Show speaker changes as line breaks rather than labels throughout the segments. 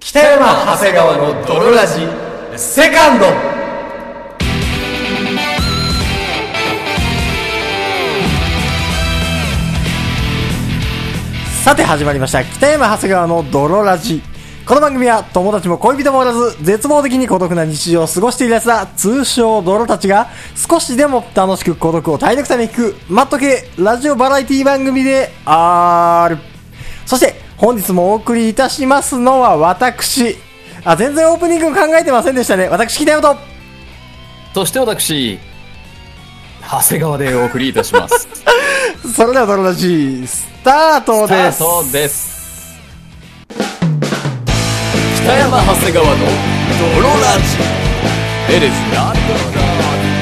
北山長谷川の泥ラジセカンドさて始まりました北山長谷川の泥ラジこの番組は友達も恋人もおらず絶望的に孤独な日常を過ごしている奴ら通称泥たちが少しでも楽しく孤独を体力差に引くマット系ラジオバラエティ番組であるそして、本日もお送りいたしますのは私。あ、全然オープニング考えてませんでしたね。私、北山と。
そして私、長谷川でお送りいたします。
それでは、ドロラジー、スタートです。
そうです。北山長谷川の泥ラジ。エレスナ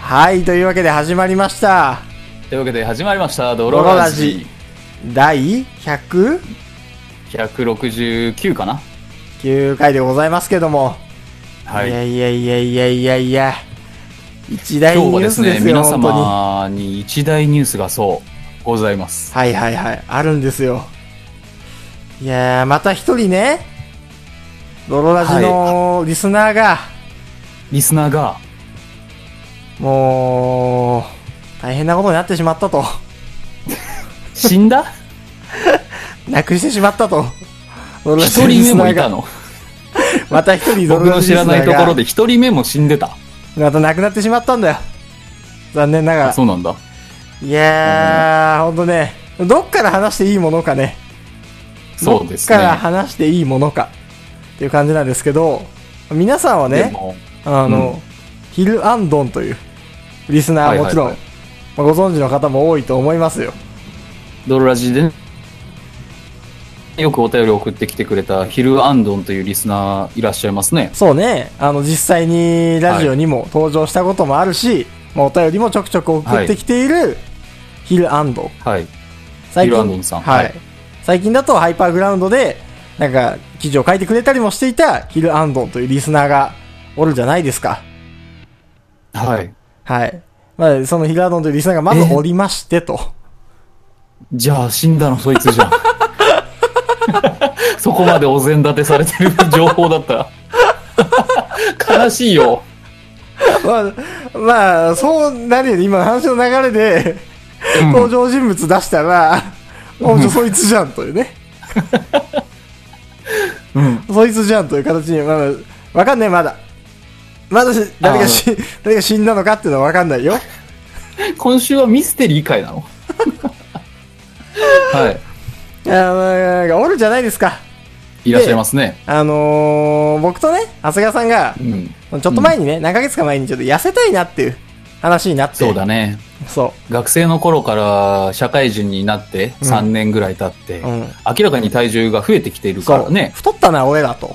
はい、というわけで始まりました。
というわけで始まりました、泥ラジ。
第109
169かな
回でございますけども。
はい。
やいやいやいやいやいや。一大ニ
今日は
ュー
で
ス
す
で
ね、
すよ、
皆
本当に。
様に一大ニュースがそう、ございます。
はいはいはい。あるんですよ。いやー、また一人ね、ドロラジのリスナーが、
リスナーが、
もう、大変なことになってしまったと。
死ん だ
なくしてしまったと。ドロラジ
一人目もい
リスナ
た
ーが。
の
また一人ド
僕
ロラ
の
ジ
知
リ
ら
スナ
な
ー
い
が
ところで一人目も死んでた。
またなくなってしまったんだよ。残念なが
そうなんだ。
ら。いやー、ほんとね、どっから話していいものかね。
そうです
どっから
ね。
話していいものか。っていう感じなんですけど、皆さんは
で
ね、
も
あの、ヒルアンドンというリスナーはもちろん、
はいはい
まあご存知の方も多いと思いますよ。
ドロラジでね、よくお便りを送ってきてくれたヒル・アンドンというリスナーいらっしゃいますね。
そうね、あの、実際にラジオにも登場したこともあるし、まあお便りもちょくちょく送ってきているヒルアンドン。
はい。
最
ヒルアンドンさん
は
は
い。
い
最近だとハイパーグラウンドで、なんか、記事を書いてくれたりもしていたヒルアンドンというリスナーがおるじゃないですか。
はい。
はい。まあ、そのヒルアンドンというリスナーがまずおりましてと。
じゃあ死んだのそいつ じゃん。そこまでお膳立てされてる情報だったら。悲しいよ。
まあ、まあ、そうなるよね。今の話の流れで、
うん
登場人物出したら、もうちょそいつじゃんというね。
うん。
そいつじゃんという形に、まだ、わかんない、まだ。まだし、誰がし、 誰が死んだのかっていうのはわかんないよ。
今週はミステリー会なの はい
や、まあおるじゃないですか。
い。いらっしゃいますね。
あのー、僕とね、長谷川さんが
う、ん。
ちょっと前にね、何ヶ月か前にちょっと痩せたいなっていう話になって。
そうだね。
そ
学生の頃から社会人になって3年ぐらい経って、
うん。
明らかに体重が増えてきていうるか
そ
ら
う。
ね。
太ったな、俺らと。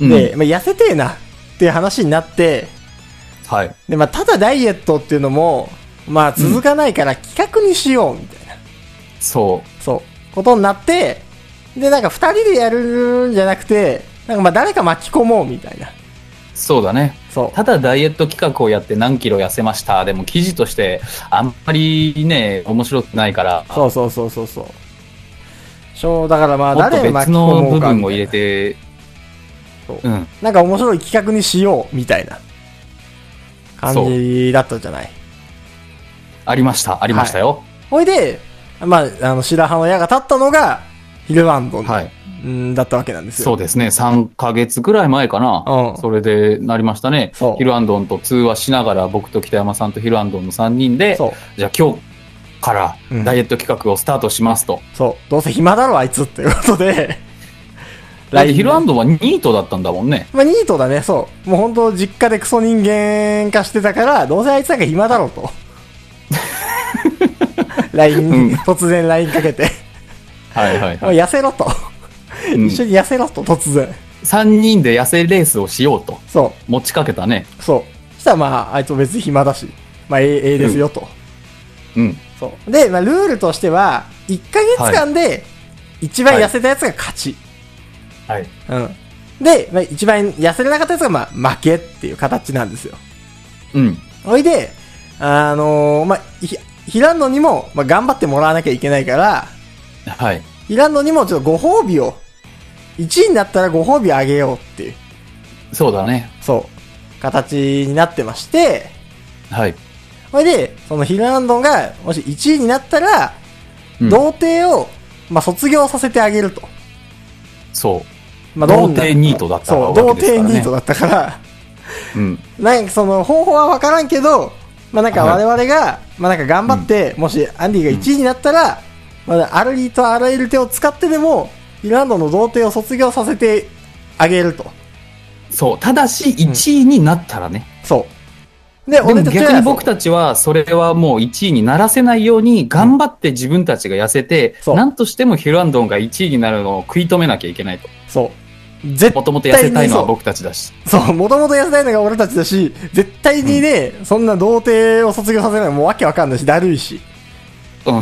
うん
で、まあ、痩せてえなっていう話になって、
はい。
で、まあ、ただダイエットっていうのも、まあ、続かないから企画にしよう、みたいな、
そ
そう、ことになって、で、なんか二人でやるんじゃなくて、なんかまあ、誰か巻き込もう、みたいな。
う。そうだね。
そ
ただダイエット企画をやって何キロ痩せました。でも記事としてあんまりね、面白くないから、
う。そうそうそうそうそう。そう、だからまあ、
もっと
誰
別
巻き込もう
の
か。
部分を入れ
みたい
て、
そう
うん。
ななんか面白い企画にしよう、みたいな。感じだったじゃない。
ありました。ありましたよ。
ほいで、まあ、あの、白羽の矢が立ったのが、ヒルワンドン、
はい。
うんだったわけなんですよ。
そうですね。3ヶ月ぐらい前かな。
うん
それでなりましたね
そう。
ヒルアンドンと通話しながら、僕と北山さんとヒルアンドンの3人で、
そう
じゃあ今日か
うん
らダイエット企画をスタートしますと。
そう。どうせ暇だろ、あいつっていうことで。
だってヒルア
ン
ンドンはニートだったんだもんね。
まあ、ニートだね、そう。もう本当実家でクソ人間化してたから、どうせあいつなんか暇だろ うと。LINE、
うん
突然 LINE かけて。
はい はい
もう
はい。
痩せろと。
うん
一緒に痩せろと、突然。
3人で痩せレースをしようと。
そ
持ちかけたね。
う。そう。そしたらまあ、あいつも別に暇だし。まあ、ええ、ええですよと。
うん。
そう。で、まあ、ルールとしては、1ヶ月間で、一番痩せたやつが勝ち。
はい。
うん。で、まあ、一番痩せれなかったやつが、まあ、負けっていう形なんですよ。
うん。
おいで、あのーまあ、ひ、ヒランドにも、まあ、頑張ってもらわなきゃいけないから、
はい。
ヒランドにもちょっとご褒美を、1位になったらご褒美あげようっていう、
そうだね。
そう、形になってまして、
はい。
それで、そのヒランドが、もし1位になったら、
うん
童貞を、まあ、卒業させてあげると。
そう。
まあ、
童
どんな
貞ニートだった
そう、
わ
童
けですか
貞
らね
ニートだったから、
うん。
なんかその方法は分からんけど、まあなんか我々が、まあなんか頑張って、もしアンディが1位になったら、まああるりとあらゆる手を使ってでも、イランドの童貞を卒業させてあげると。
そう。ただし、1位になったらね。
そう。で、
でも
俺たちは、
逆に僕たちは、それはもう1位にならせないように、頑張って自分たちが痩せて、
そう
なんとしてもヒルアンドンが1位になるのを食い止めなきゃいけないと。
そう。絶
もともと痩せたいのは
そう
僕たちだし。
そう、もともと痩せたいのが俺たちだし、絶対にね、そんな童貞を卒業させるのはもうわけわかんないし、だるいし。
う
そう、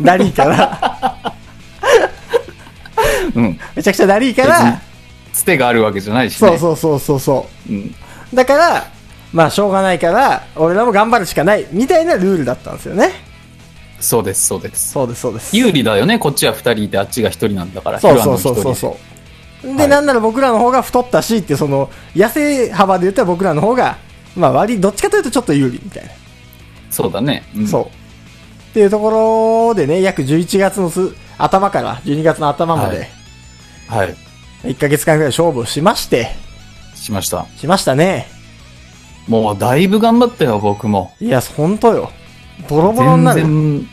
だりい から、
ん。うん。
めちゃくちゃだりいか
別
ら
に、つてがあるわけじゃないしね。
そうそうそうそうそう。
うん。
だから、まあ、しょうがないから、俺らも頑張るしかない、みたいなルールだったんですよね。
そうです、そうです。
そうです、そうです。
有利だよね。こっちは2人いて、あっちが1人なんだから。
そうそうそう
ヒルアン
そ
ドン一人で
うそう。で、
はい
なんなら僕らの方が太ったしって、その、痩せ幅で言ったら僕らの方が、まあ、割り、どっちかというとちょっと有利みたいな。
そうだね。うん
そう。っていうところでね、約11月のす頭から、12月の頭ま
は
で、
はい。
1ヶ月間ぐらい勝負をしまして、
しました。
しましたね。
もうだいぶ頑張ったよ、僕も。
いや、ほんとよ。ボロボロに
全
なる。うん。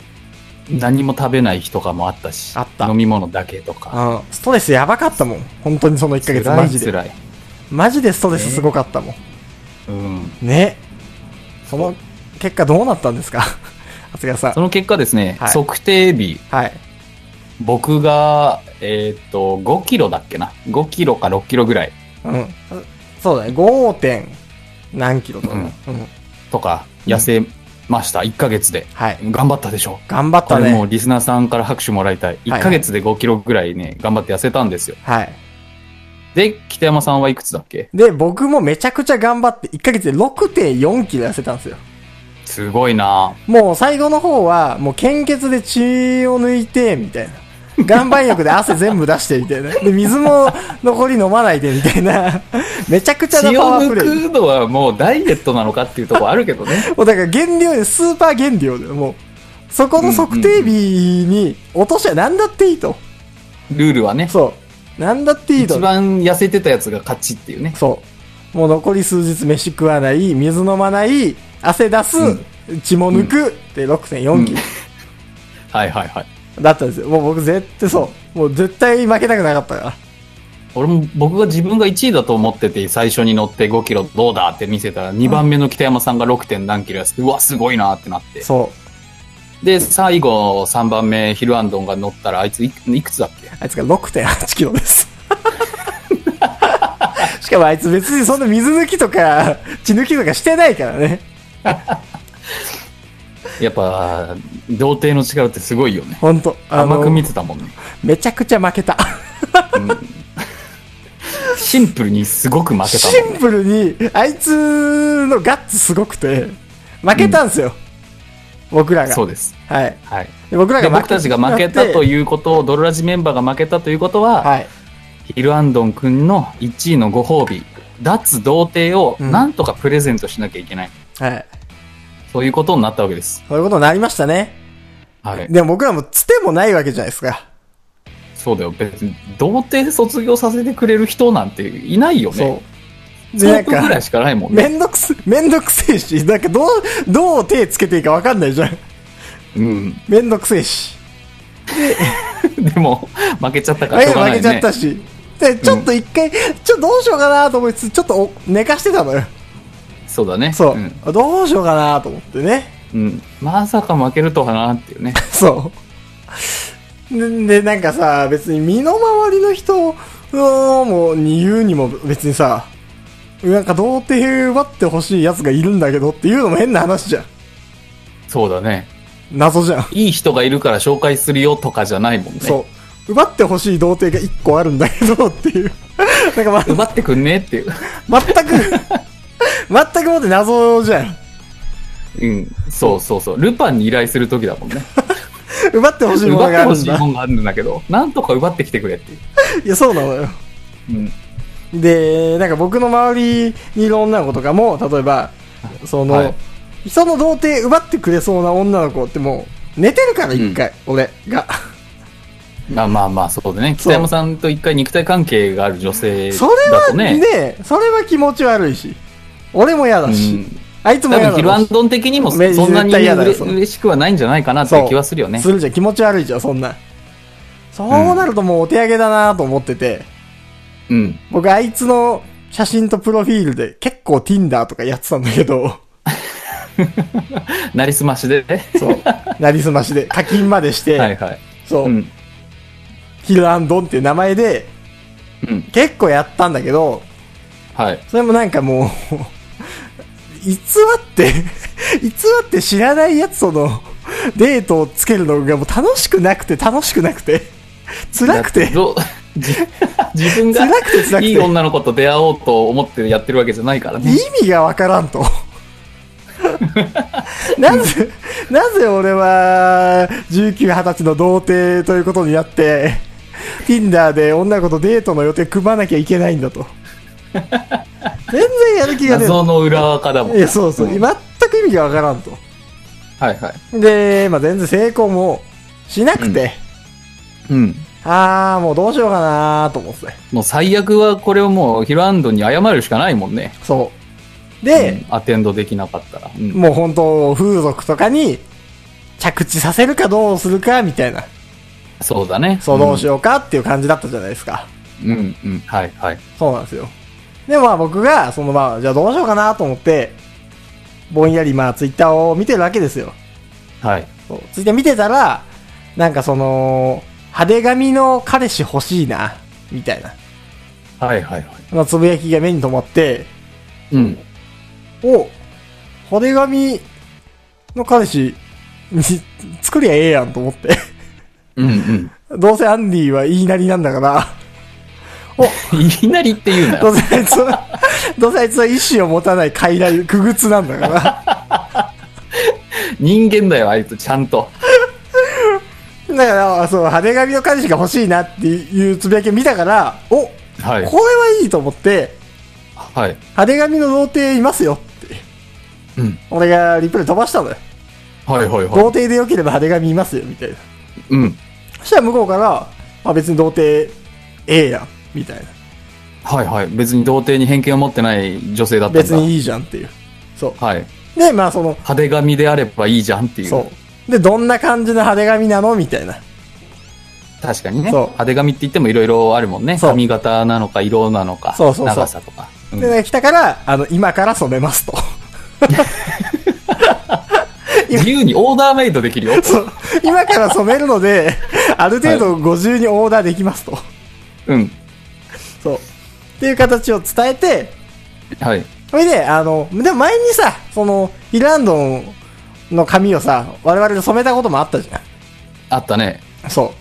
然何も食べない日とかもあったし、
あった
飲み物だけとか。
ストレスやばかったもん。本当にその1ヶ月、マジで。
辛い辛い。
マジでストレスすごかったもん。
うん。
ね。その結果どうなったんですか 厚賀さん
そ。の結果ですね、
はい
測定日、
はい。
僕が、えーっと、5キロだっけな。5キロか6キロぐらい
うん。そうだね。5. 点何キロとか、
う
うんん。
とか痩せました。1ヶ月で。
はい。
頑張ったでしょ。
頑張っ
こ
た
れもう
ね。
リスナーさんから拍手もらいたい。
はい
1ヶ月で5キロぐらいね、頑張って痩せたんですよ。
はい。
で、北山さんはいくつだっけ
で、僕もめちゃくちゃ頑張って、1ヶ月で6.4キロ痩せたんですよ。
すごいな
もう最後の方は、もう献血で血を抜いて、みたいな。岩盤浴で汗全部出して、みたいな。で、水も残り飲まないで、みたいな。めちゃくちゃな
血を
パワープレイ。
抜くのはもうダイエットなのかっていうところあるけ どね。
もうだから原料で、スーパー原料で、もう、そこの測定日に落としは何だっていいと。
ルールはね。
そう。何だっていいと
一。番痩せてたやつが勝ちっていうね。
そう。もう残り数日飯食わない、水飲まない、汗出す、血も抜く、で6.4キ
はいはいはい。
ロだったんですよ。もう僕絶対そう。もう絶対負けたくなかったから。
俺も僕が自分が1位だと思ってて、最初に乗って5キロどうだって見せたら、2番目の北山さんが 6. 点何キロやって、うわ、すごいなってなって。
そう。
で、最後3番目、ヒルアンドンが乗ったら、あいついくいくつだっけ
あいつが6.8キ ロです。しかもあいつ別にそんな水抜きとか、血抜きとかしてないからね。
やっぱ、童貞の力ってすごいよね。
ほんと。あの
甘く見てたもんね。
めちゃくちゃ負けた。
シンプルにすごく負けたもん
シンプルに、あいつのガッツすごくて、負けたんですよ。僕らが。
そうです。
はい。
はい。
で僕ら
で
が
僕たちが負けたと
う。
いうことを、ドロラジメンバーが負けたということは、
はい。
ヒルアンドン君の1位のご褒美、脱童貞を
うん
なんとかプレゼントしなきゃいけない。
はい。
そういうことになったわけです。
そういうことになりましたね。
はい。
でも僕らもつてもないわけじゃないですか。
そうだよ。別に、童貞卒業させてくれる人なんていないよね。
そう。
ス
で、な
ー
ん
プぐらい
か、
しかないもん
め
ね。
んどくす、めんどくせえし、なんかどう、どう手つけていいかわかんないじゃん。
うん。
めんどくせえし。
でも、負けちゃったからしょうがな
負
い、ね。
けちゃったし。で、ちょっと一回、ちょっとどうしようかなと思いつつ、ちょっとお寝かしてたのよ。
そうだね。
そう。
ん
あどうしようかなと思ってね。
うん。まさか負けるとはなっていうね。
そう。 で、でなんかさ、別に身の回りの人のもうに言うにも別にさ、なんか童貞奪ってほしい奴がいるんだけどっていうのも変な話じゃん。
そうだね。
謎じゃん。
いい人がいるから紹介するよとかじゃないもんね。
そう。奪ってほしい童貞が1個あるんだけどっていう。 なんか、
奪 ってくんねっていう。
ま、全く、全くもって謎じゃん。
うん、そうそうそう。ルパンに依頼する時だもんね。
奪ってほしいも
奪
の
って
があ
ほ
るん
しい
だ
も。んがあるんだけど、なんとか奪ってきてくれっていう。
いや、そうなのよ。
うん。
で、なんか僕の周りにいる女の子とかも、例えば、その、
はい
人の童貞奪ってくれそうな女の子ってもう、寝てるから一回、俺が。
まあまあまあ、そうでね。
そ
北
う
山さんと一回肉体関係がある女性だ
それは
とね。
ねそれは気持ち悪いし、俺も嫌だし、
うん
あいつも
多
嫌
分、ヒル
だ
アン
し。
ドン的にもそ
め
んなに
絶対嫌だよ
嬉
それ
嬉しくはないんじゃないかなっていう気はするよね
す。るじゃん、気持ち悪いじゃん、そんな。そうなるともうお手上げだなと思ってて、
うん。
僕あいつの写真とプロフィールで結構 Tinder とかやってたんだけど、
なりすましで。
そう、 なりすましで課金までして、
はいはい。
そう、
うん。
ヒルアンドンっていう名前で
うん。
結構やったんだけど、
はい。
それもなんかもう、 偽って、 偽って知らないやつとのデートをつけるのがもう楽しくなくて楽しくなくて、辛く、
だってどう 自自分が
辛くて辛くて
いい女の子と出会おうと思ってやってるわけじゃないからね。
意味がわからんと。なぜ、なぜ俺は、19、20歳の童貞ということになって、Tinder で女の子とデートの予定組まなきゃいけないんだと。全然やる気が出な
謎の裏垢だもん。
い。いや、そうそう。
ん
全く意味がわからんと。
はいはい。
で、まあ、全然成功もしなくて、
うん。
あー、もうどうしようかなーと思って。
もう最悪はこれをもうヒルアンドに謝るしかないもんね。
そう。
うん
で、
アテンドできなかったら。うん。
もう本当風俗とかに着地させるかどうするか、みたいな。
そうだね。
そうどうしようかっていう感じだったじゃないですか。
うん。うん、うん。はいはい。
そうなんですよ。で、まあ僕が、そのまあ、じゃあどうしようかなと思って、ぼんやりまあツイッターを見てるわけですよ。
はい。
そうツイッター見てたら、なんかその、派手髪の彼氏欲しいな、みたいな。
はいはいはい。
のつぶやきが目に留まって、
うん。
お、派手髪の彼氏 に作りゃええやんと思って。
うんうん。
どうせアンディは言いなりなんだ から、
いきなりって言うな
ど
よ。
うせあいつは、どうせあいつは意志を持たない傀儡、くぐつなんだから。
人間だよ、あいつ、ちゃんと。
だから、そう、派手髪の彼氏が欲しいなっていうつぶやきを見たから、お、こ
は
れ
い。
はいいと思って、
はい。
派手髪の童貞いますよって、
うん。
俺がリプレイ飛ばしたのよ。
はいはいは
童貞で良ければ派手髪いますよ、みたいな。
い。うん。
そしたら向こうから、あ、別に童貞、ええやん、みたいな。
はいはい。別に童貞に偏見を持ってない女性だったんだ。
別にいいじゃんっていう。そ
はい。
う。で、まあその、
派手髪であればいいじゃんっていう。
そう。で、どんな感じの派手髪なのみたいな。
確かにね。
そう
派手髪って言ってもいろいろあるもんね。
そう
髪型なのか、色なのか、
そうそうそう
長さとか。うん
で、ね、来たから、あの、今から染めますと。
自由にオーダーメイドできるよ。
そう。今から染めるので、 ある程度ご自由にオーダーできますと。
うん。
そう。っていう形を伝えて、
はい。
それで、あの、でも前にさ、その、イランドンの髪をさ、我々で染めたこともあったじゃ
あったね。
ん。そう。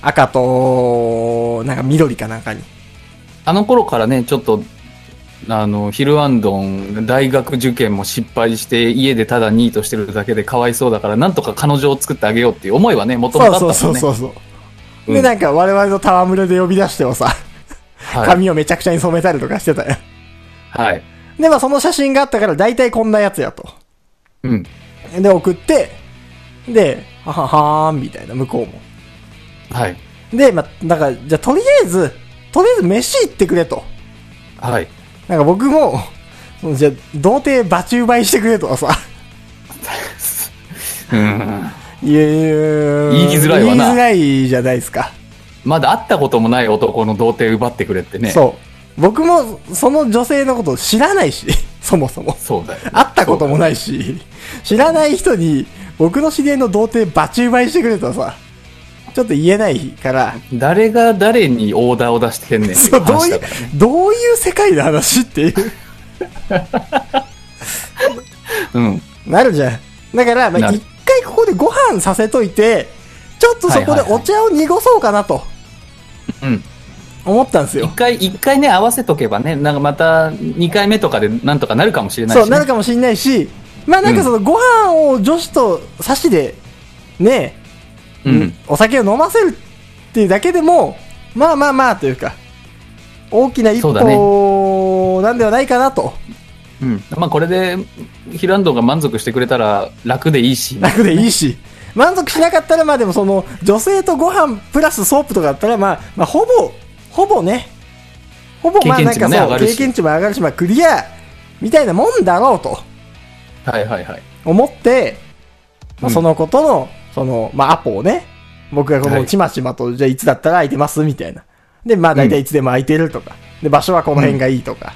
赤と、なんか緑かなんかに。
あの頃からね、ちょっと、あの、ヒルアンドン、大学受験も失敗して、家でただニートしてるだけでかわいそうだから、なんとか彼女を作ってあげようっていう思いはね、もともとあったもん
そう
ね。
そうそうそう。う
う
で、
ん
なんか我々の戯れで呼び出してもさ、
はい。
髪をめちゃくちゃに染めたりとかしてたよ。
はい。
で、まあその写真があったから大体こんなやつやと。
うん。
で、送って、で、はははーんみたいな、向こうも。
はい。
で、まあ、なんか、じゃあとりあえず、とりあえず飯行ってくれと。
はい。
なんか僕も、そのじゃあ童貞バチ奪いしてくれとかさ、
うん。
言う
言いづらいわな
言いづらいじゃないですか。
まだ会ったこともない男の童貞奪ってくれってね。う。
そう。僕も、その女性のことを知らないし、 そもそも。
そうだよ。
会ったこともないし、知らない人に、僕の知り合いの童貞バチ奪いしてくれとはさ、ちょっと言えないから、
誰が誰にオーダーを出してんねんってい
そうう、どう
話
い
だ
う
から、、
どういう世界の話っていう、
うん。
なるじゃん。だから、ま
な
あ、
る
一回ここでご飯させといて、ちょっとそこ
はい
で
はいは
お
い
茶を濁そうかなと
うん。
思ったんですよ
一。回、一回ね、合わせとけばね、なんかまた、二回目とかでなんとかなるかもしれないし、
そ
ね。
う、なるかもしんないし、まあなんかそのご飯を女子と差しでね、
うん。
お酒を飲ませるっていうだけでもまあまあまあというか大きな一
そうだね
歩なんではないかなと、
うん。まあ、これで、ヒルアンドンが満足してくれたら楽でいい し、
楽でいいし満足しなかったらまあでもその女性とご飯プラスソープとかだったらまあ、まあ、ほぼほぼねほぼまあ
経験
なん
値も
か
ね
そう
上がるし
経験値も上がるし、まあ、クリアみたいなもんだろうと
はいはいはい。
思って、まあ
うん
そのことの、その、まあ、アポをね、僕がこ
は
の
い
ちまちまと、じゃあいつだったら空いてますみたいな。で、まあ大体いつでも空いてるとか。で、場所はこの辺がいいとか。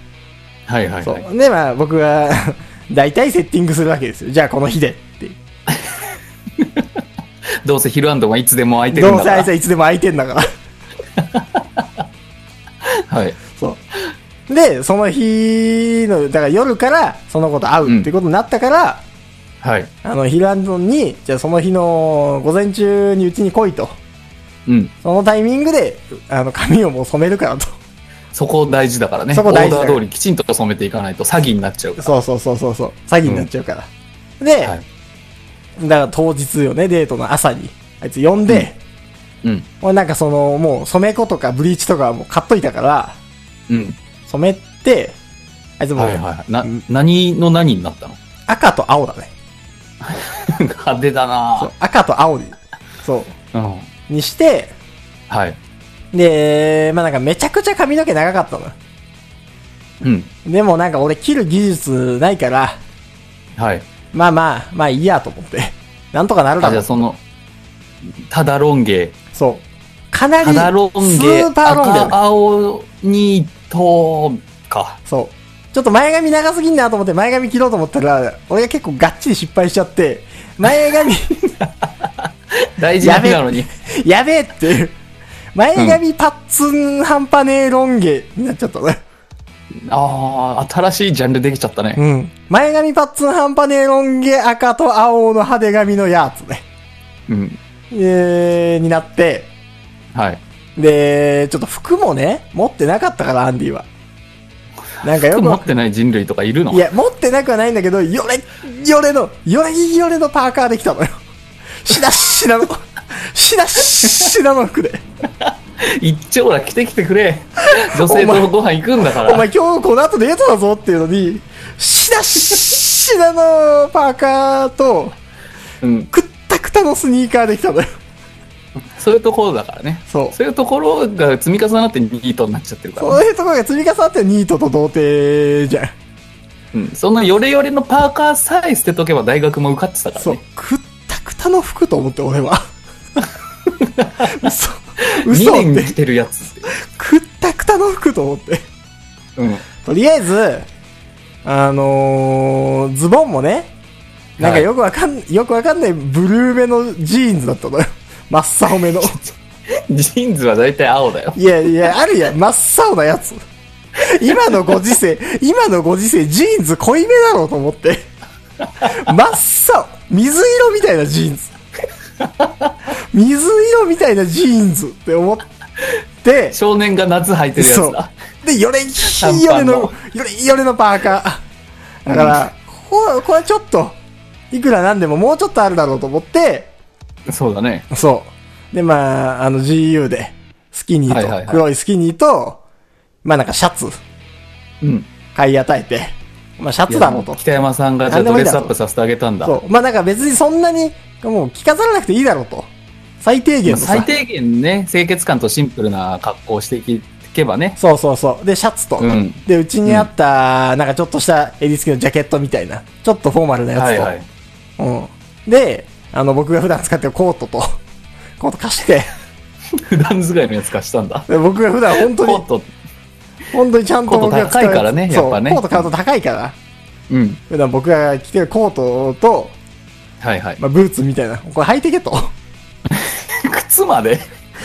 はいはいはい。
そう。で、まあ僕が、 大体セッティングするわけですよ。じゃあこの日でって。
どうせヒルアンドンはいつでも空いてるん
どう
だ
せ
か
あい
ら
つ。はいつでも空いてんだから。
はい。
そう。で、その日の、だから夜からその子と会うってことになったから、
はい。
あの、ヒルアンドンに、じゃあその日の午前中にうちに来いと。
うん。
そのタイミングで、あの、髪をもう染めるからと。
そこ大事だからね。
そこ大事だ
オ
か
ー
ら
ダー通りきちんと染めていかないと詐欺になっちゃうか
そうそうそうそうそう。詐欺になっちゃうから。で、
ら。はい。
だから当日よね、デートの朝に。あいつ呼んで、
うん。
俺なんかその、もう染め粉とかブリーチとかはもう買っといたから、
うん。
染めて、あいつも
はい
う
はいはい。な
うん、
何の何になったの
赤と青だね。
派手だ
そ
な
う赤と青に、そ
うん。
う、にして、
はい。
で、まあなんかめちゃくちゃ髪の毛長かったのよ。
うん。
でもなんか俺切る技術ないから、
はい。
まあまあ、まあいいやと思って。なんとかなるだ
あ、じ
ろ
ゃあ
う。
その、ただロン毛。
そう。かなり、
た
ス
だロン毛。
ーパーロンゲだね
赤青にと、か。
そう。ちょっと前髪長すぎんなと思って前髪切ろうと思ったら、俺が結構がっちり失敗しちゃって、前髪、
大事な日なのに。
やべえっていう。前髪パッツン半端ねえロン毛になっちゃったね。
ああ、新しいジャンルできちゃったね。
うん。前髪パッツン半端ねえロン毛赤と青の派手髪のやつね。
うん。
えー、になって、
はい。
で、ちょっと服もね、持ってなかったから、アンディは。なんかよ
服
く
持ってない人類とかいるの
いや、持ってなくはないんだけど、よれ、よれの、よれよれのパーカーできた のよ。しなしなの、しなしなの服で。
一丁ら着てきてく れ。女性とご飯行くんだから。
お前今日この後デートだぞっていうのに、しなしなのパーカーと、
うん。
くったくたのスニーカーできたのよ。
そういうところだからね。
そう
そういうところが積み重なってニートになっちゃってるから、
そういうところが積み重なってニートと童貞じゃん。
うん。そのヨレヨレのパーカーさえ捨てとけば大学も受かってたから
そう
ね。、
くったくたの服と思って俺 は。嘘、嘘
2
っ
年
て
着、てるやつって。
くったくたの服と思って。
うん。
とりあえず、あのー、ズボンもね、なんかよくわかん、よくわかんないブルーめのジーンズだったのよ。 真っ青めの。
ジーンズは大体青だよ。
いやいや、あるやん、真っ青なやつ。今のご時世、今のご時世、ジーンズ濃いめだろうと思って。真っ青。水色みたいなジーンズ。水色みたいなジーンズって思って、
少年が夏履いてるやつ
そう
だ。。
で、よれ
短
ひよ
パ
れ
ン
の
の、
よれよれのパーカー。だから、ここは、これはちょっと、いくらなんでももうちょっとあるだろうと思って、
そうだね。
そう。で、まあ、あの GU で、スキニーと、
はいはいはい
黒いスキニーと、まあなんかシャツ
うん。
買い与えて、まあシャツだろうと。
北山さんがじゃあドレスアップさせてあげたんだ。
そう。まあなんか別にそんなに、もう着飾らなくていいだろうと。最低限
ま
の
あ
さ
最低限ね、清潔感とシンプルな格好をしていけばね。
そうそうそう。で、シャツと。
うん
で、うちにあった、なんかちょっとした襟付きのジャケットみたいな。ちょっとフォーマルなやつと。
はい はい。
うん。で、あの、僕が普段使ってるコートと、 コート貸して、
普段使いのやつ貸したんだ。
で僕が普段本当
コー
に、
ト、
本当にちゃんと僕が使う
コート高いからね
そう
やっぱね
コート買うと高いから、
うん。
普段僕が着てるコートと、
はいはい。
まあ、ブーツみたいな、これ履いて けと。
靴まで、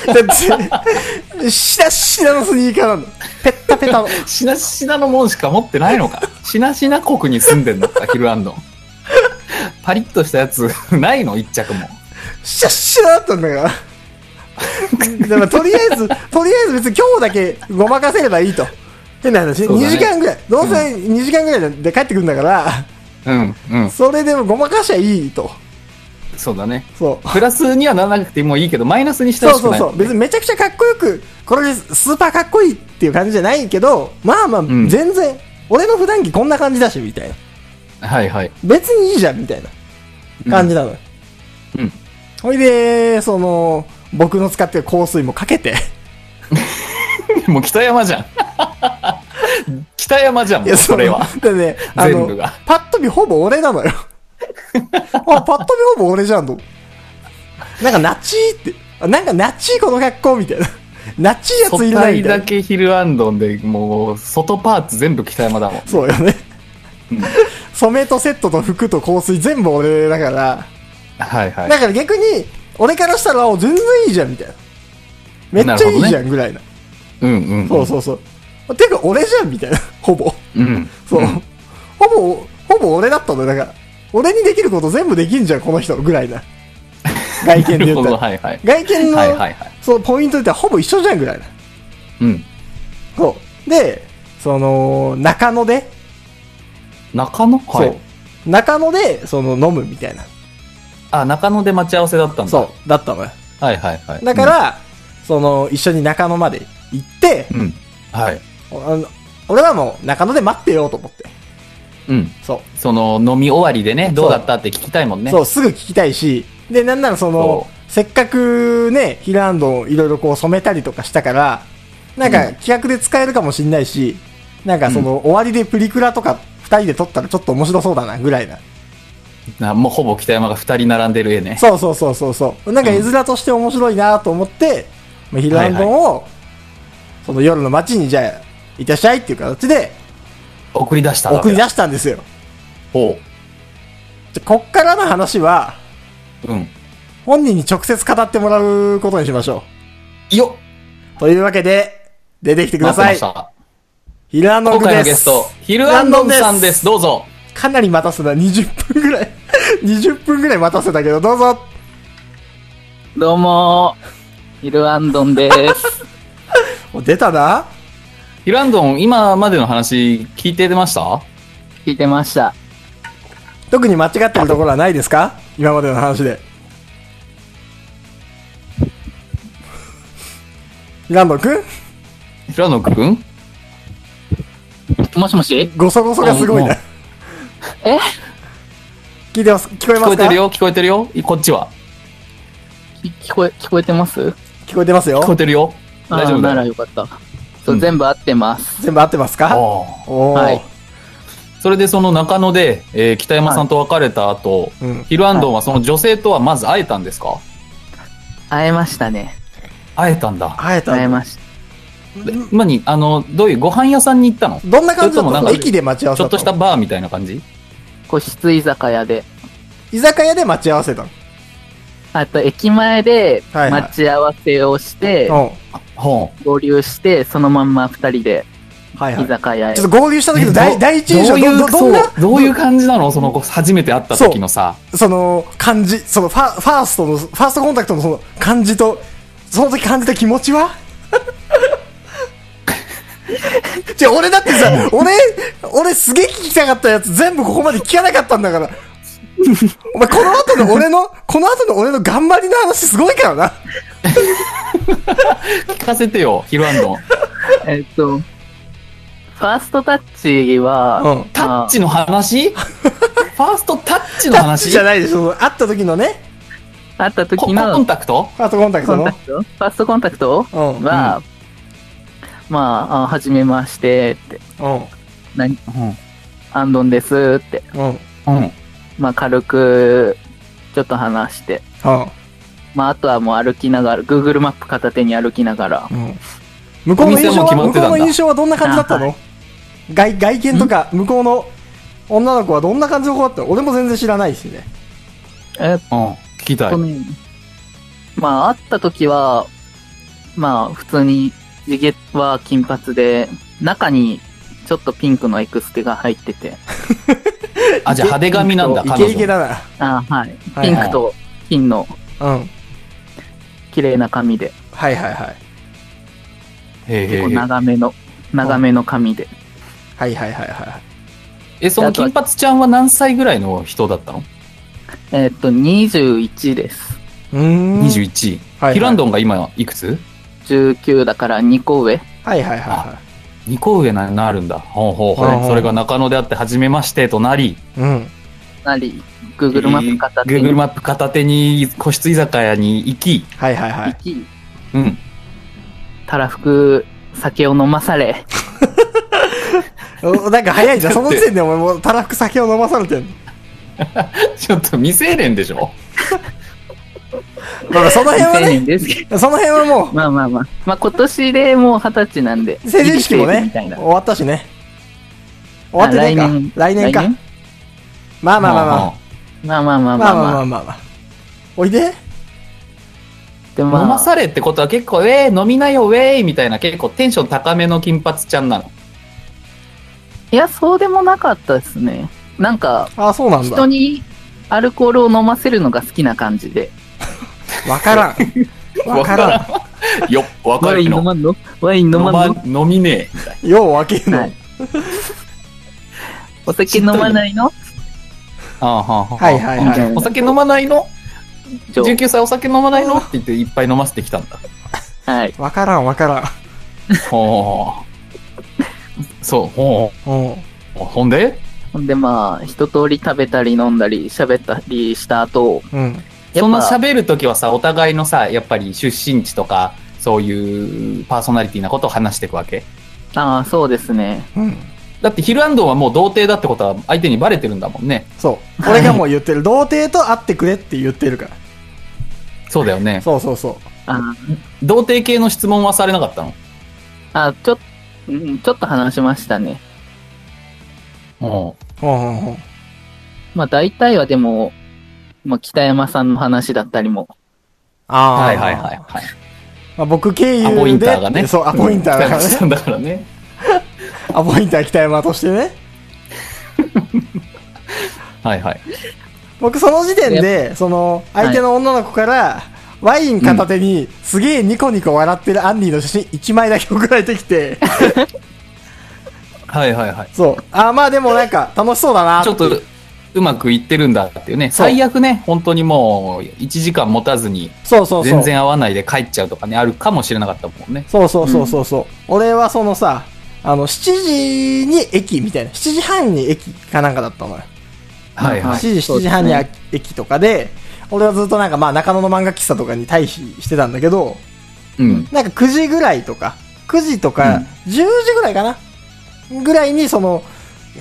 だって、しなしなのスニーカーなの。ペッタペタの。
しなしなのもんしか持ってないのか。しなしな国に住んでんだった、ヒルアンドン。 パリッとしたやつ、 ないの一着も。
シャッシャーだったんだから。だからとりあえず、とりあえず別に今日だけごまかせればいいと。変な話、
そうだ
2
ね
時間ぐらい、どうせ2時間ぐらいで帰ってくるんだから、
うん、うん。
それでもごまかしゃいいと。
そうだね。
そう。
プラスにはならなくてもいいけど、マイナスにして
そ
ほ
う
しく
そう
ない。
そう。別にめちゃくちゃかっこよく、これですスーパーかっこいいっていう感じじゃないけど、まあまあ、
ん
全然、俺の普段着こんな感じだし、みたいな。
はいはい。
別にいいじゃん、みたいな感じなのよ。
うん。
ほいで、その、僕の使ってる香水もかけて、
もう北山じゃん。 北山じゃん、
い
もう
や、
それは。
の。でね、あの
全部が、
パッと見ほぼ俺なのよ。 あ、パッと見ほぼ俺じゃんと。なんかナチーって、あなんかナチーこの格好みたいな。ナチーやつい
素
るなみ
体
たい
だ
な。
けヒルアンドンで、もう、外パーツ全部北山だもん。
そうよね。染めとセットと服と香水全部俺だから、
はいはい
だ。から逆に、俺からしたら、お全然いいじゃんみたいな。めっちゃいいじゃんぐらいな。
うんうん。
そうそうそう。てか俺じゃんみたいな。 ほぼ。
うん。
そう。ほぼ、ほぼ俺だったのよ。だから、俺にできること全部できんじゃん、この人、ぐら いな。外見で
な
言
る
っ
ほ
た
ど、
ら。
はいはい。
外見の、
はいはいはい
そのポイントで言ったらほぼ一緒じゃん、ぐらいな。
うん。
そう。で、その、中野で、
中野は
そ。。
いう
中野で、その、飲むみたいな。
あ、中野で待ち合わせだったんだ。
そう、だったのよ。
う。はいはいはい。
だから、その、一緒に中野まで行って、
うん、うん。はい。
あの俺はもう中野で待ってようと思って。
うん。
そう。
その、飲み終わりでね、どうだったって聞きたいもんね。
そう、すぐ聞きたいし、で、なんならその
そ、
せっかくね、ヒランドをいろいろこう染めたりとかしたから、なん
う
か
ん
企画で使えるかもしんないし、なんかその、終わりでプリクラとか二人で撮ったらちょっと面白そうだな、ぐらいな。
なもうほぼ北山が二人並んでる絵ね。
そうそうそうそうそう。なんか絵面として面白いなと思って、まあヒランドを、その夜の街にじゃあ、いたっしゃいっていう形で
送り出したわ
送
け
り
だ
出したんですよ。
ほ
じゃこっからの話は、
う。うん。
本人に直接語ってもらうことにしましょう。
よ
というわけで、出てきて
っ
くださ
待
い
ってまし。た。
ヒルアンドン
今回の
グです。
ゲスト、ヒルアンドンさんです。どうぞ。
かなり待たせた。20分ぐらい。20分ぐらい待たせたけど、どうぞ。
どうもー、ヒルアンドンです。
もう出たな。
ヒルアンドン、今までの話聞いてました
聞いてました。
特に間違ってるところはないですか今までの話で。ヒルアンドンくん
ヒルアンドンくん
もしもし
ごそごそがすごいな
あも。
え
聞いてます。聞こえ
聞
ま
こ
す
え
か
てるよ、聞こえてるよ。こっちは。
き聞こえ、聞こえてます
聞こえてますよ
聞。こえてるよ。大丈
あー
夫
な
だ
ら
よ。
よかった。そう、
うん
全部合ってます。
全部合ってますか
ああ
おー。
はい
それでその中野で、えー北山さんと別れた後、
うん
ヒルアンドンはその女性とはまず会えたんですか
会えましたね。
会えたんだ。
会えた
会え
の
ました。
今に、あの、どういうご飯屋さんに行ったの
どんな感じだっ
それとも
た
なん
の
か
駅で待ち合わせ
ちょ
だ
っと
っ
したた
の
バーみたいな感じ
個室居酒屋で。
居酒屋で待ち合わせたの。
あと、駅前で
はいはい
待ち合わせをして、
うん。
ほう。
合流して、そのまんま二人で
はいは
居
い。
酒屋へ
ちょ。っと合流した時の第
ど
第一印象、
どういう
どどどんな
そうどういう感じなのその子初めて会った時のさ。
その感じ、そのファファーストの、ファーストコンタクトのその感じと、その時感じた気持ちは じゃ俺だってさ、俺、俺すげえ聞きたかったやつ全部ここまで聞かなかったんだから。お前この後の俺の、この後の俺の頑張りの話すごいからな。
聞かせてよ、ヒルアン ドン。
えっと、ファーストタッチは、
うん
タッチの 話ファーストタッチの
タッ
話
チじゃないでしょ。会った時のね、
あ会った
コ
時
コ
の
ンタクト
ファーストコンタク
コ
ト
ン
の
タ。クトファーストコンタクト
うん
は、まあ、あはじめましてって、何、アンドンですって、
うん。うん。
うん。うん。
まあ軽く、ちょっと話して、まああとはもう歩きながら、Google マップ片手に歩きながら、
うん。向こうの印象
お店も決
は、
まっ
向
てたん
こ
だ
うの印象はどんな感じだったの外、外見とか、向こうの女の子はどんな感じの子だったの俺も全然知らないしね。
えっ
うん。聞きたい
と。ね、まあ会った時は、まあ普通に、地毛は金髪で、中にちょっとピンクのエクステが入ってて、
あ、じゃあ派手髪なんだ、
イ
彼
ケイケ
女。
だな。
あはい。
はい
ピンクと金の
うん。
綺麗な髪で、
はいはいはい。
へえへ
結
え
構
へえ
長めの、長めの髪で。
はいはいはいはい。
え、その金髪ちゃんは何歳ぐらいの人だったの
えーっと、21です。
うーん。
?21。
はいはい
ヒルアンドンが今いくつ
19だから2個上。
はいはいは
?2 個上になるんだ。ほうほうほう
ほうほう
それが中野であって、初めましてとなり、
いはい。うん。
なり、Google マップ片手に
Google マップ片手に個室居酒屋に行き、
はいはいはい
行。き、
うん。
たらふく酒を飲まされ、
おなんか早いじゃん。その時点でお前もうたらふく酒を飲まされてんの。
ちょっと未成年でしょ
まあその辺は
未
ね、
成 年ですけど。
その辺はも
まあまあまあ。まあ今年でもう二十歳なんで。
う、成人式も
ギリセーフみ
ね、
たい
終
な。
わったしね。終わってない
あ
か
来年。
来年か。まあまあまあまあ。
まあまあま
ま
あま
あ
あ
まあ
ま
ま
あ。
あまあまあ。おいで
で
飲ま
まあ、
されってことは結構、えー、飲みなよ、ウェイみたいな結構テンション高めの金髪ちゃんなの。
いや、そうでもなかったですね。なんか、
ああ、そうなんだ
人。にアルコールを飲ませるのが好きな感じで。
わからん。 わからん。
よっ、わか
ワ
る
イン
の
飲。まんのワイン飲
飲
まん
ま
の
飲みね
よう分けん
は
の
い。お酒飲まないの
え。はあはあは
はいはい
みた
はいい。
な
お酒飲まないの
上
?19 歳お酒飲まないのって言っていっぱい飲ませてきたんだ。
はい。
わからんわからん。
ほう。そう、ほ
うん。
う。ほんで
ほんでまあ、一通り食べたり飲んだり喋ったりした後、
うん。
や
そ
っ
の
ぱ、
喋るときはさ、お互いのさ、やっぱり出身地とか、そういうパーソナリティなことを話していくわけ
ああ、そうですね。
うん。
だってヒルアンドンはもう童貞だってことは相手にバレてるんだもんね。
そう。俺がもう言ってる。童貞と会ってくれって言ってるから。
そうだよね。
そうそうそう。
あ
童貞系の質問はされなかったの
あ、あちょっうんちょっと話しましたね。
ほ
ほんほんほん。
まあ大体はでも、まあ北山さんの話だったりも。
う
ああ。
はいはいはい。はい。
まあ、僕経由で。
アポインターがね。
そう、アポインター
が
がね。
ね。だからね。
アポインター北山としてね。
はいはい。
僕その時点で、その、相手の女の子から、ワイン片手に、すげえニコニコ笑ってるアンディの写真1枚だけ送られてきて、
はいはいはい。
そう。あーまあでもなんか、楽しそうだな。
ちょっと、うまくいってるんだっていうね。
そう
最悪ね、本当にもう、1時間持たずに、
そうそうそう。
全然合わないで帰っちゃうとかね、あるかもしれなかったもんね。
そうそうそうそうそう、俺はそのさ、あの、7時に駅みたいな、7時半に駅かなんかだったのよ。
はい
は
はいい。
7時、
そ
7
う
時
ですね
半に駅とかで、俺はずっとなんかまあ中野の漫画喫茶とかに退避してたんだけど、
うん。
なんか9時ぐらいとか、9時とか、10時ぐらいかな、ぐらいにその、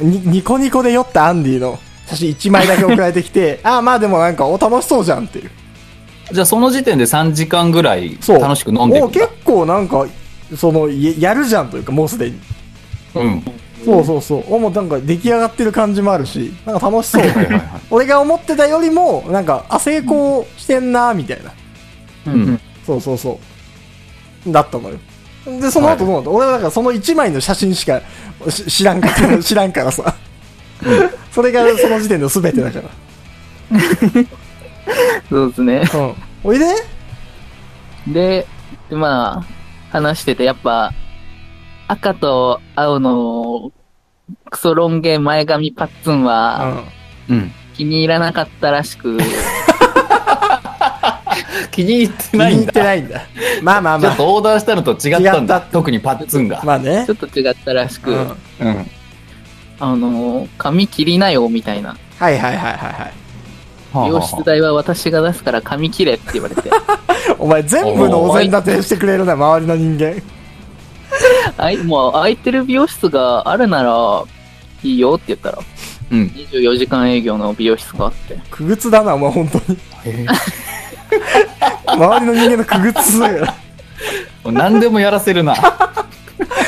にニコニコで酔ったアンディの写真1枚だけ送られてき て、ああまあでもなんかお楽しそうじゃんっていう。
じゃあその時点で3時間ぐらい
そう。
楽しく飲んでい
も
く
うん
だ
結構なんか、その、ややるじゃんというかもうすでに。
うん。
そうそうそう。おもうなんか出来上がってる感じもあるし、なんか楽しそう。
はいはいはい。
俺が思ってたよりも、なんか、あ、成功してんな、みたいな。
うん
うん
そうそうそう。だったのよ。で、その後どうなった、俺はなんかその1枚の写真しかし知らん から、知らんからさ。それがその時点の全てだか
そうですね。
ら。うん。おいで
で、でまあ、話してて、やっぱ、赤と青のクソロン毛前髪パッツン
う
は
ん。
うん。
気に入らなかったら しく、
気に入って
気
な
に
いん
入っ
だ。
てないんだ。まあまあ
ちょ
ま
っとオーダーしたのと違った
違っ
ん
た
だ。
って
特にパッツンが
あ。。まあね
ちょ。っと違ったらしく、
うん。はい
うん。
あの、髪切りなよ、みたいな。
はいはいはいは
は
い。
あはあ
洋室代は私が出すから髪切れって言 われて。
お前全部のお膳立てしてくれるな、周りの人間。
あい、もう空いてる美容室があるなら、いいよって言ったら、
うん。
24時間営業の美容室があって。
くぐつだな、お前本当に。
へえ
周りの人間のくぐつだよ。
もう何でもやらせる な。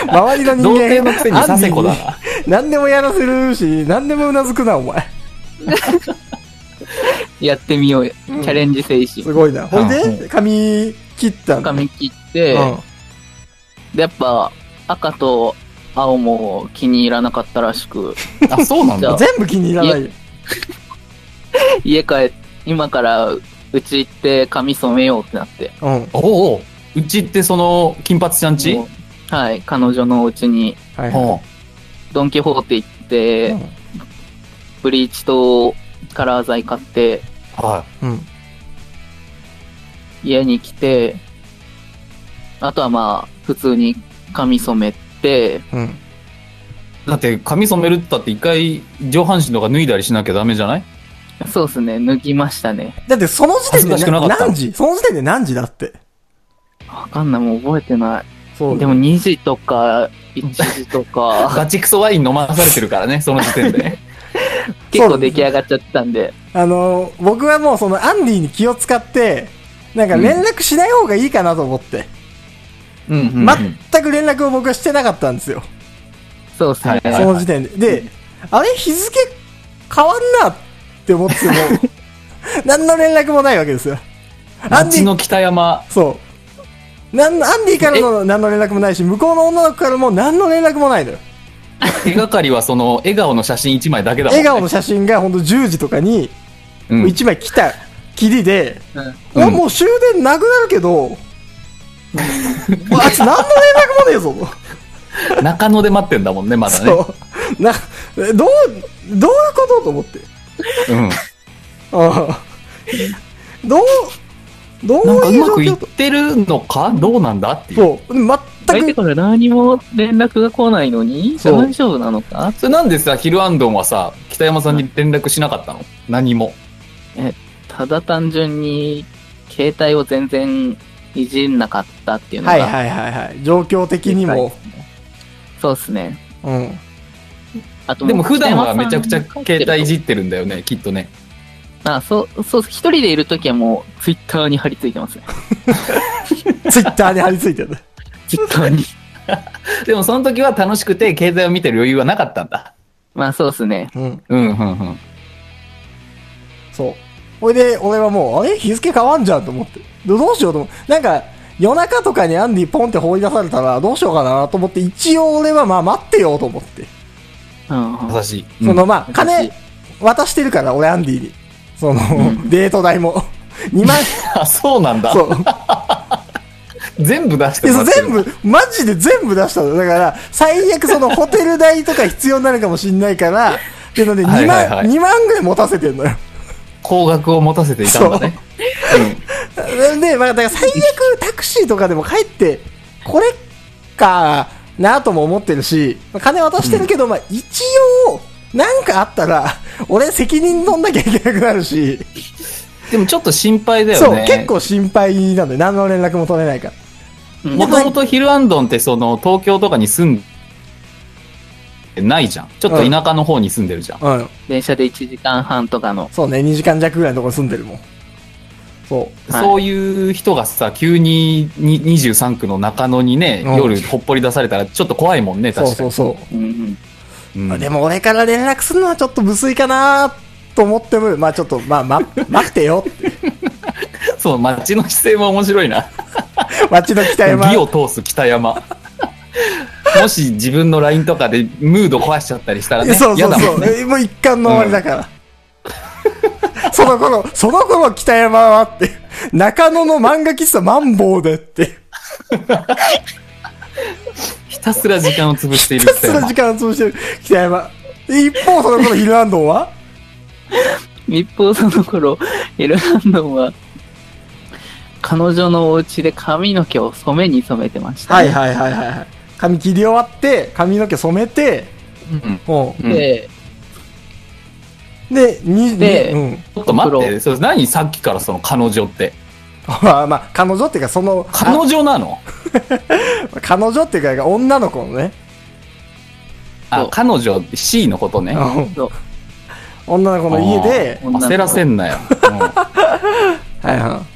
周りの人
童貞
間
のくせにサセコだな。
何でもやらせるし、何でもうなずくな、お前。
やってみようよ。チ
うん
ャレンジ精神。
すごいな。ほいで、
う
髪切ったんだ。
髪切って、
うん。
で、やっぱ、赤と青も気に入らなかったら しく、
あ、そうなんだ。
全部気に入らないよ。
家帰っ今からうち行って髪染めようってなって。
うん。はい
おうおう。うちってその、金髪ちゃんち
もうはい、彼女のうちに、
はい。
ほ
ドンキホーテ行って、
うん
ブリーチとカラー剤買って、
は
うん。
家に来て、あとはまあ、普通に髪染めて、
うん。
い。だって、髪染めるったって一回、上半身とか脱いだりしなきゃダメじゃない
そうですね、脱ぎましたね。
だってその時点
恥ず
で
かしくなか
な
った
何時その時点で何時だって。
わかんない、もう覚えてない。
そう。
でも2時とか、1時 とか、
ガチクソワイン飲まされてるからね、その時点で。
結構出来上がっちゃったんで、
あの、僕はもうそのアンディに気を使って、なんか連絡しない方がいいかなと思って。
うんうんうん
全く連絡を僕はしてなかったんですよ。
そうですね。
はい
その時点で。で、あれ日付変わんなって思っ ても、何の連絡もないわけですよ。アンデ
夏
ィ、
の北山。
そう。なんアンディからの何の連絡もないし、向こうの女の子からも何の連絡もないのよ。
手がかりはその、笑顔の写真1枚だけだもん、
笑
ね。
顔の写真がほんと10時とかに、
うん
1枚来たきりで、
うん
お
うん
もう終電なくなる けど、あいつ何の連絡もねえぞと。
中野で待ってんだもんね、まだね。
そう。な、えどう、どういうことと思って。
うん。
うん どう、ど
なん
う
かう
いう
ま
状
くい
況
っ
と。
てるのかどうなんだっていう。
そう。全
相手
く、
から何も連絡が来ないのに、
そう
大丈夫なのか
それなんでさ、ヒルアンドンはさ、北山さんに連絡しなかったの何も。
ただ単純に、携帯を全然いじんなかったっていうのが、
はいはいはいはい。状況的にも。
そうですね。
うん。
あと
でも普段はめちゃくちゃ携帯いじ
じ
ってるんだよね、きっとね。
あ、そう、そう、一人でいるときはもう、ツイッターに貼り付いてますね。
ツイッターに貼り付いてる。
ツイッターに。
でもその時は楽しくて、携帯を見てる余裕はなかったんだ。
まあそうですね。
うん。
うん、うん、うん。
そう。ほいで、俺はもう、あれ日付変わんじゃんと思って。どどうしようと思って。なんか、夜中とかにアンディポンって放り出されたらどうしようかなと思って、一応俺はまあ待ってようと思って。
うん。
優しい。
そのまあ、
優しい
金渡してるから、俺アンディに。その、
ん
デート代も。2万、
あ、そうなん だ。
そう。
全部出して
で
もら
そう
ってる
全部、マジで全部出したの。だから、最悪そのホテル代とか必要になるかもしんないから、っていうので、2万、
はいはいはい
2万ぐらい持たせてんのよ。
高額を持たせていたんだね。
で、まあ、だから最悪タクシーとかでも帰って、これかなとも思ってるし、まあ金渡してるけど、まあ、一応、なんかあったら、俺責任取んなきゃいけなくなるし、
でもちょっと心配だよ
そう、
ね。
結構心配なんで、何の連絡も取れないから。
うん
もともとヒルアンドンってその東京とかに住んでないじゃん。ちょっと田舎の方に住んでるじゃん。
うん。
電車で1時間半とかの。
そうね、2時間弱ぐらいのところに住んでるもん。そう。
はい
そういう人がさ、急にに23区の中野にね、
うん
夜ほっぽり出されたらちょっと怖いもんね、
そう
確か
そ
に。
うそう。
うん
うん
でも俺から連絡するのはちょっと無粋かなと思っても、まあちょっと、ま あ、ま、待ってよって。
そう、街の姿勢も面白いな。
街の北山。
美を通す北 山。もし自分の LINE とかでムード壊しちゃったりしたらね、
そう
嫌
そう
だ
そ
もん
う。
ね。
もう一貫の終わりだから。その頃、その頃北山はって、中野の漫画喫茶マンボウでって、
ひたすら時間を潰してい
ひ
る
た
北
すら
山
時。間を潰してる北山。で一方、その頃ヒルアンドンは
一方その頃、エルハンドンは、彼女のお家で髪の毛を染めに染めてました、
はいはいはいはいはい。髪切り終わって、髪の毛染めて、
うん
うん
うん
で、
で、に、
で
うん。
ちょっと待って、それ何さっきからその彼女って。
まあまあ、彼女っていうか、その、
彼女なの
彼女っていうか、女の子のね。
あ、彼女 C のことね。
そう
女の子の家で、
女の子
焦らせんなよ。
はいはい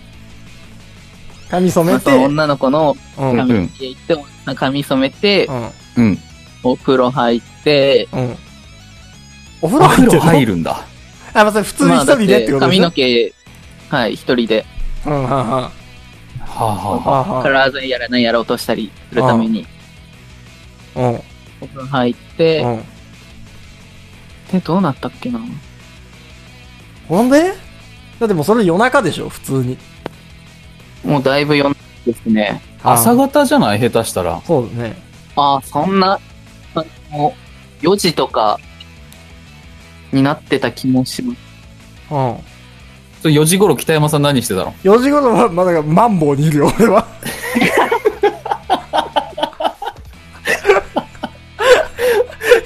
髪染め
まあ
て、
その女の子の
うん、うん、
髪の毛行って、髪染めて、
うん。うん。
お風呂入って、
うん。お風
お
呂入
風呂
ってるの
入るんだ。
あ、まあ、それ普通に一人でってこ
ま
と
あだって
で
髪
す
の
ね。
毛、はい、一人で、
うん、はんは
はあ、
ん
は
は
カラー剤やらないやら落としたりするために、
んはん。
お風呂入っ
う
て、
ん。うん。
で、どうなったっけな
ほんでだってもうそれ夜中でしょ、普通に。
もうだいぶ夜ですね。
あ、朝方じゃない下手したら。
そうだね。
ああ、そんな、あの、4時とか、になってた気もします。
うん。
それ4時頃北山さん何してたの
4時頃は、まだマンボウにいるよ、俺 は。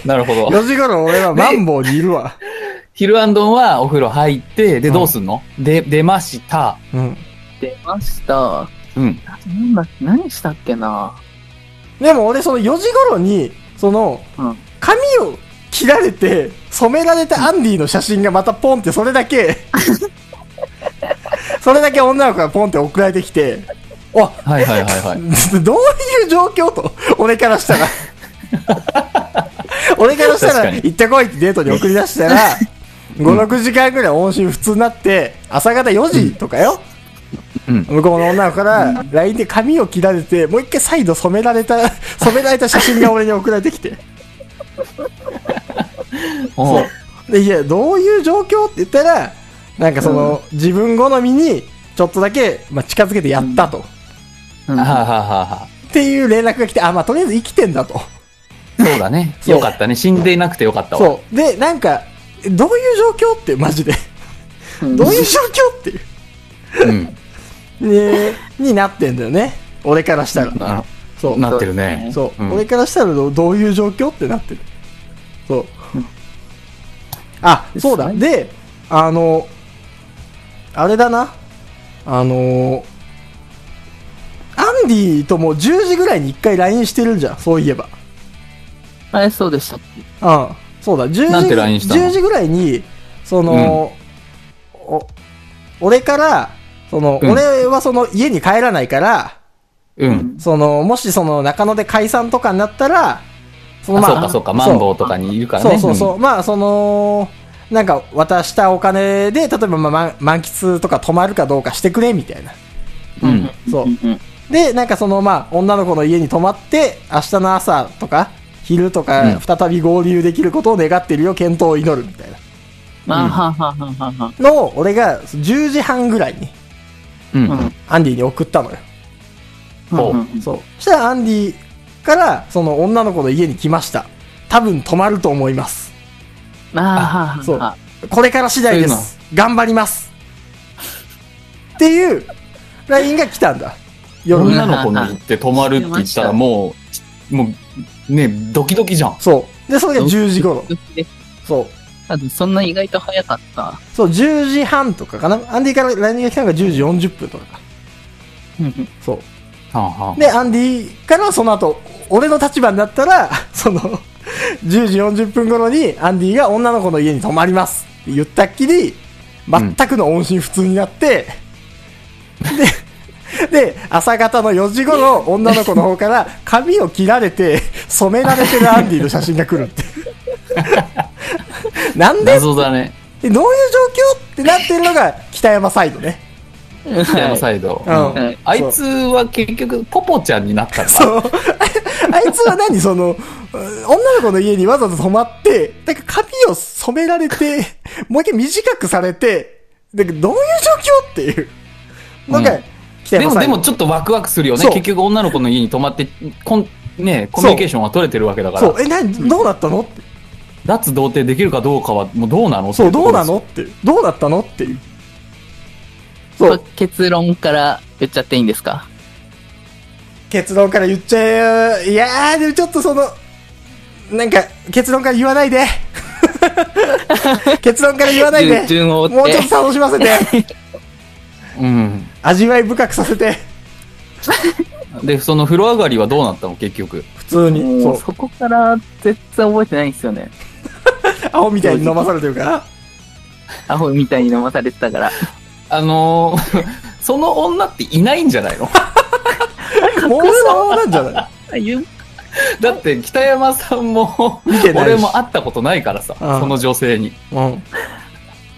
なるほど。
4時頃俺はマンボウにいるわ。
ヒルアンドンはお風呂入って、で、
うん
どうすんの、で、出ました。
うん。
出ました。
うん。
なんだ何したっけな
でも俺、その4時頃に、その、
うん。
髪を切られて、染められたアンディの写真がまたポンって、それ だけ、それだけ女の子がポンって送られてきて、あ、
はいはいはいはい。
どういう状況と、俺からし たら。俺からした
確
ら、
かに
行ってこいってデートに送り出したら、5、6時間ぐらい音信不通になって、朝方4時とかよ。
うん
向こうの女の子から LINE で髪を切られて、もう一回再度染められた、染められた写真が俺に送られてきて。
おう
で、いや、どういう状況って言ったら、なんかその、自分好みに、ちょっとだけ、まあ、近づけてやったと。
う
は
ん
ははは
っていう連絡が来て、あ、まあ、とりあえず生きてんだと。
そうだね。
そう
よかったね。死んでいなくてよかったわ。。
そう。で、なんか、どういう状況って、マジで。
う ん
どういう状況っていう
うん。
う。ねになってんだよね。俺からしたら。
な
そう。
なってるね。
そう、
うん
俺からしたらどどういう状況ってなってる。そう。あ、そうだ。で、あの、あれだな。あの、アンディとも10時ぐらいに1回 LINE してるじゃん、そういえば。
あれ、そうでしたっけ
うん。そうだ、10時
なんて LINE したの
10時ぐらいに、その、お俺から、その、
うん
俺はその家に帰らないから、
うん。
その、もしその中野で解散とかになったら、そ
あそうかそうか。マンボウとかにいるからね。
そうそうそう。まあ、その、なんか渡したお金で、例えばまあ満満喫とか泊まるかどうかしてくれ、みたいな。
うん。うん。
そうん
ん
で、なんかその、まあ、女の子の家に泊まって、明日の朝とか、昼と
う
か、
ん
再び合流できることを願ってるよ、健闘を祈る、みたいな。
あははははは。
のを俺が10時半ぐらいに
うん。
う
うんん。
アンディに送ったのよ。
ほう
うんうん
そう。そしたらアンディからその女の子の家に来ました。多分泊まると思います。
あははは。
そうこれから次第で
そういう
す。頑張ります。っていう LINE が来たんだ。夜に。
女の子に行って泊まるって言ったらもう、もう、ね、ドキドキじゃん。
そう。で、それが10時頃。そう。
多分そんな意外と早かった。
そう、10時半とかかな。アンディから LINE が来たのが10時40分とかか。
うん
そう。
はんはん
で、アンディからその後、俺の立場になったら、 その、10時40分頃にアンディが女の子の家に泊まりますって言ったっきり、全くの音信不通になって、で、で、朝方の4時頃、女の子の方から髪を切られて、染められてるアンディの写真が来 るって。なんで
謎だね。
どういう状況ってなってるのが北山サイドね。
北山サイド。
うん
うんあいつは結局、ポポちゃんになったんだ。
そう。ああいつは何その、女の子の家にわざわざ泊まって、なんか髪を染められて、もう一回短くされて、なんかどういう状況っていう。なんか、
うん
北
で
山
も、
さん
でもちょっとワクワクするよね。
そう
結局女の子の家に泊まって、こんね、コミュニケーションは取れてるわけだから
そう、。え、何、どうだったのって。
脱童貞できるかどうかは、もうどうなの
そう、どうな
ってい
のって。どうだったのっていう。そ
そう
う、
結論から言っちゃっていいんですか
結論から言っちゃえ、いやー、でもちょっとその、なんか、結論から言わないで。結論から言わないで
順。順を追って
もうちょっと楽しませて。
うことうん。
味わい深くさせて
で、その風呂上がりはどうなったの結局。
普通
も
に
う
そう
そこから絶対覚えてないんですよね。
青みたいに飲まされてるから
アホみたいに飲まされてたから。
あのー その女っていないんじゃないの
妄想なんじゃない
あゆ
だって北山さんも、
見てないし
俺も会ったことないからさ、
うん
その女性に。
うん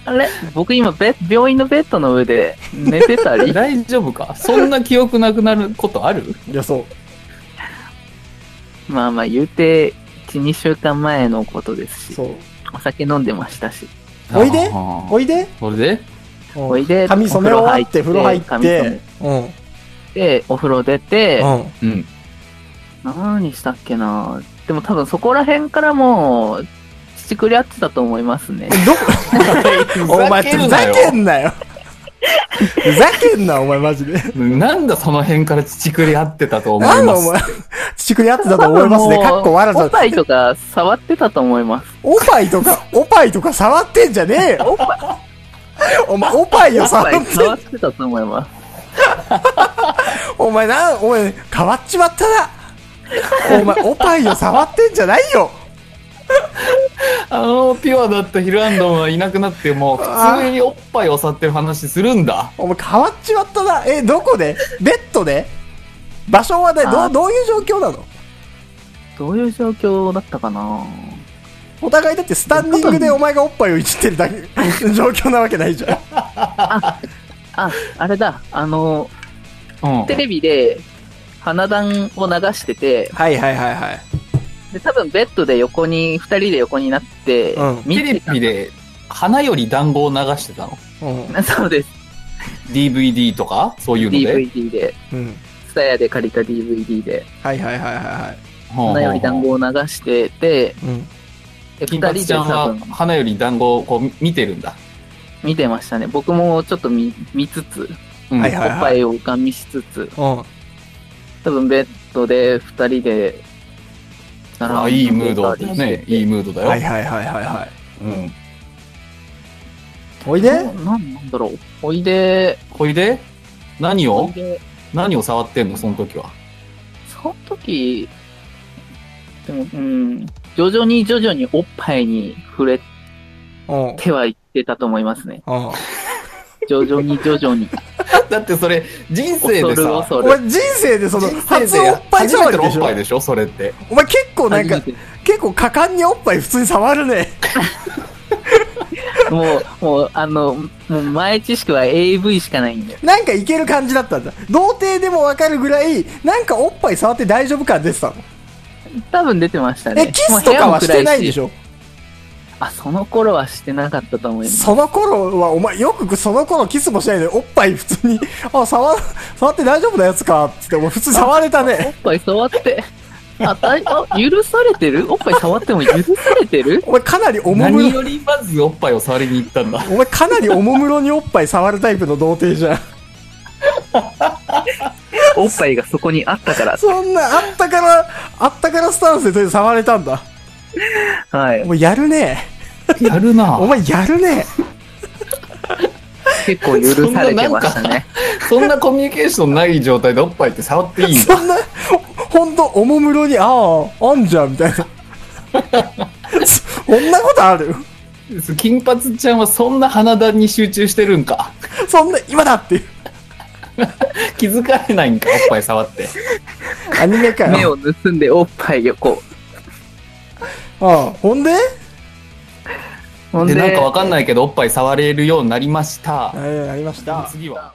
あれ僕今ベ、病院のベッドの上で寝て たり
大丈夫かそんな記憶なくなることある
いやそう
まあまあ言うて、1、2週間前のことですし、
そう
お酒飲んでましたし。
おいで
あー
おいで
それで
うん
おいで
髪染め終わって風
お
呂
風呂
入
入
っ
って
てうんうん
で、お風呂出て、
うん。
何したっけなでも多分そこら辺からもう、ちくり合ってたと思いますね。
ど、お前、ふ
ふ
ざ
ざ
け
け
んなよ。ふざけんな、お前、マジで。
なんだその辺から乳くり合ってたと思
ないんだ、
ま
お
す。
前。乳くり合ってたと思いますね。
多分もう
かっこわら
おっ
さ。
ぱいとか触ってたと思います。
おっぱいとか、おっぱいとか触ってんじゃねえよ。
おっぱい
お前、おっぱい
お
を
っ
触
ぱい
って
触ってたと思います。
お前な、お前、変わっちまったな。お前、おっぱいを触ってんじゃないよ。
あのピュアだったヒルアンドンはいなくなっても、普通におっぱいを触ってる話するんだ。
お前、変わっちまったな。え、どこでベッドで場所はね、ど
あ
う、どういう状況なの
どういう状況だったかな
お互いだってスタンディングでお前がおっぱいをいじってる だけ、状況なわけないじゃん。
あ、あれだ、あの、
うん
テ。レビで花壇を流してて、
はいはいはいはい。
で、多分ベッドで横に、二人で横になって
うん、
見
テ
て
レ
た
ビで、花より団子を流してたの。
うん。
そうです。
DVD とかそういうので。
DVD で、
うん。
スタヤで借りた DVD で、
はいはいはいはいはい。
ほうほうほう
花より団子を流してて、
うん。
で
金
二人
髪
で
ちゃん
多
は
分
花より団子をこう見てるんだ。
見てましたね。僕もちょっと見見つつ、
うん
はいはい
おっぱいをかみしつつ、
うん。
多分ベッドで二人で、
あいいムードだよね。いいムードだよ。
はいはいはいはいはい。
うん。
おい
で、
で
ななんだろう。おいで、
ほいで、何
お
を
いで、
何を触ってんのその時は。
その時、でも、うん、徐々に徐々におっぱいに触れ
うん。うん。
てはいってたと思いますね。徐々に徐 々に。
だってそれ、人生
恐
で
る
さ、
恐
お
る。
前人生でその、
人生
初
で
おっぱい
初め
触
て
り
のお
で
っ
しょ
ぱいでしょそれって。
お前結構なんか
初、め
結構果敢におっぱい普通に触るね。
てもう、もう、あの、もう前知識は AV しかないんで。
なんかいける感じだったんだ。童貞でもわかるぐらい、なんかおっぱい触って大丈夫感出てたの。
多分出てましたね。
え、キスとかはしてないんでし
ょ
ょ
あ、その頃はしてなかったと思います。
その頃は、お前よくその頃キスもしないで、おっぱい普通に、あ、触、触って大丈夫なやつか、つって、お前普通に触れた
お
ね。
っぱい触って。あ、だいあ許されてるおっぱい触っても許されてる
お前かなりおもむ
何
ろ、
よりまずおっぱいを触りに行ったんだ。
お前かなりおもむろにおっぱい触るタイプの童貞じ ゃん。
おっぱいがそこにあったから。
そんな、あったから、あったからスタンスでとりあえず触れたんだ。
はい。
もうやるね。
やるな
お前 やるね。
結構許されてましたね。
そんなコミュニケーションない状態でおっぱいって触っていいの
そんな、ほんと、おもむろに、ああ、あんじゃん、みたいな。 そんなことある
金髪ちゃんはそんな花壇に集中してるんか。
そんな、今だっていう。
気づかれないんか、おっぱい触って。
アニメかよ。
目を盗んでおっぱいをこ
ああほんで
う。ほ
で、なんかわかん
い。
ないけど、おっぱい触れるようになりました。
ありました。
次は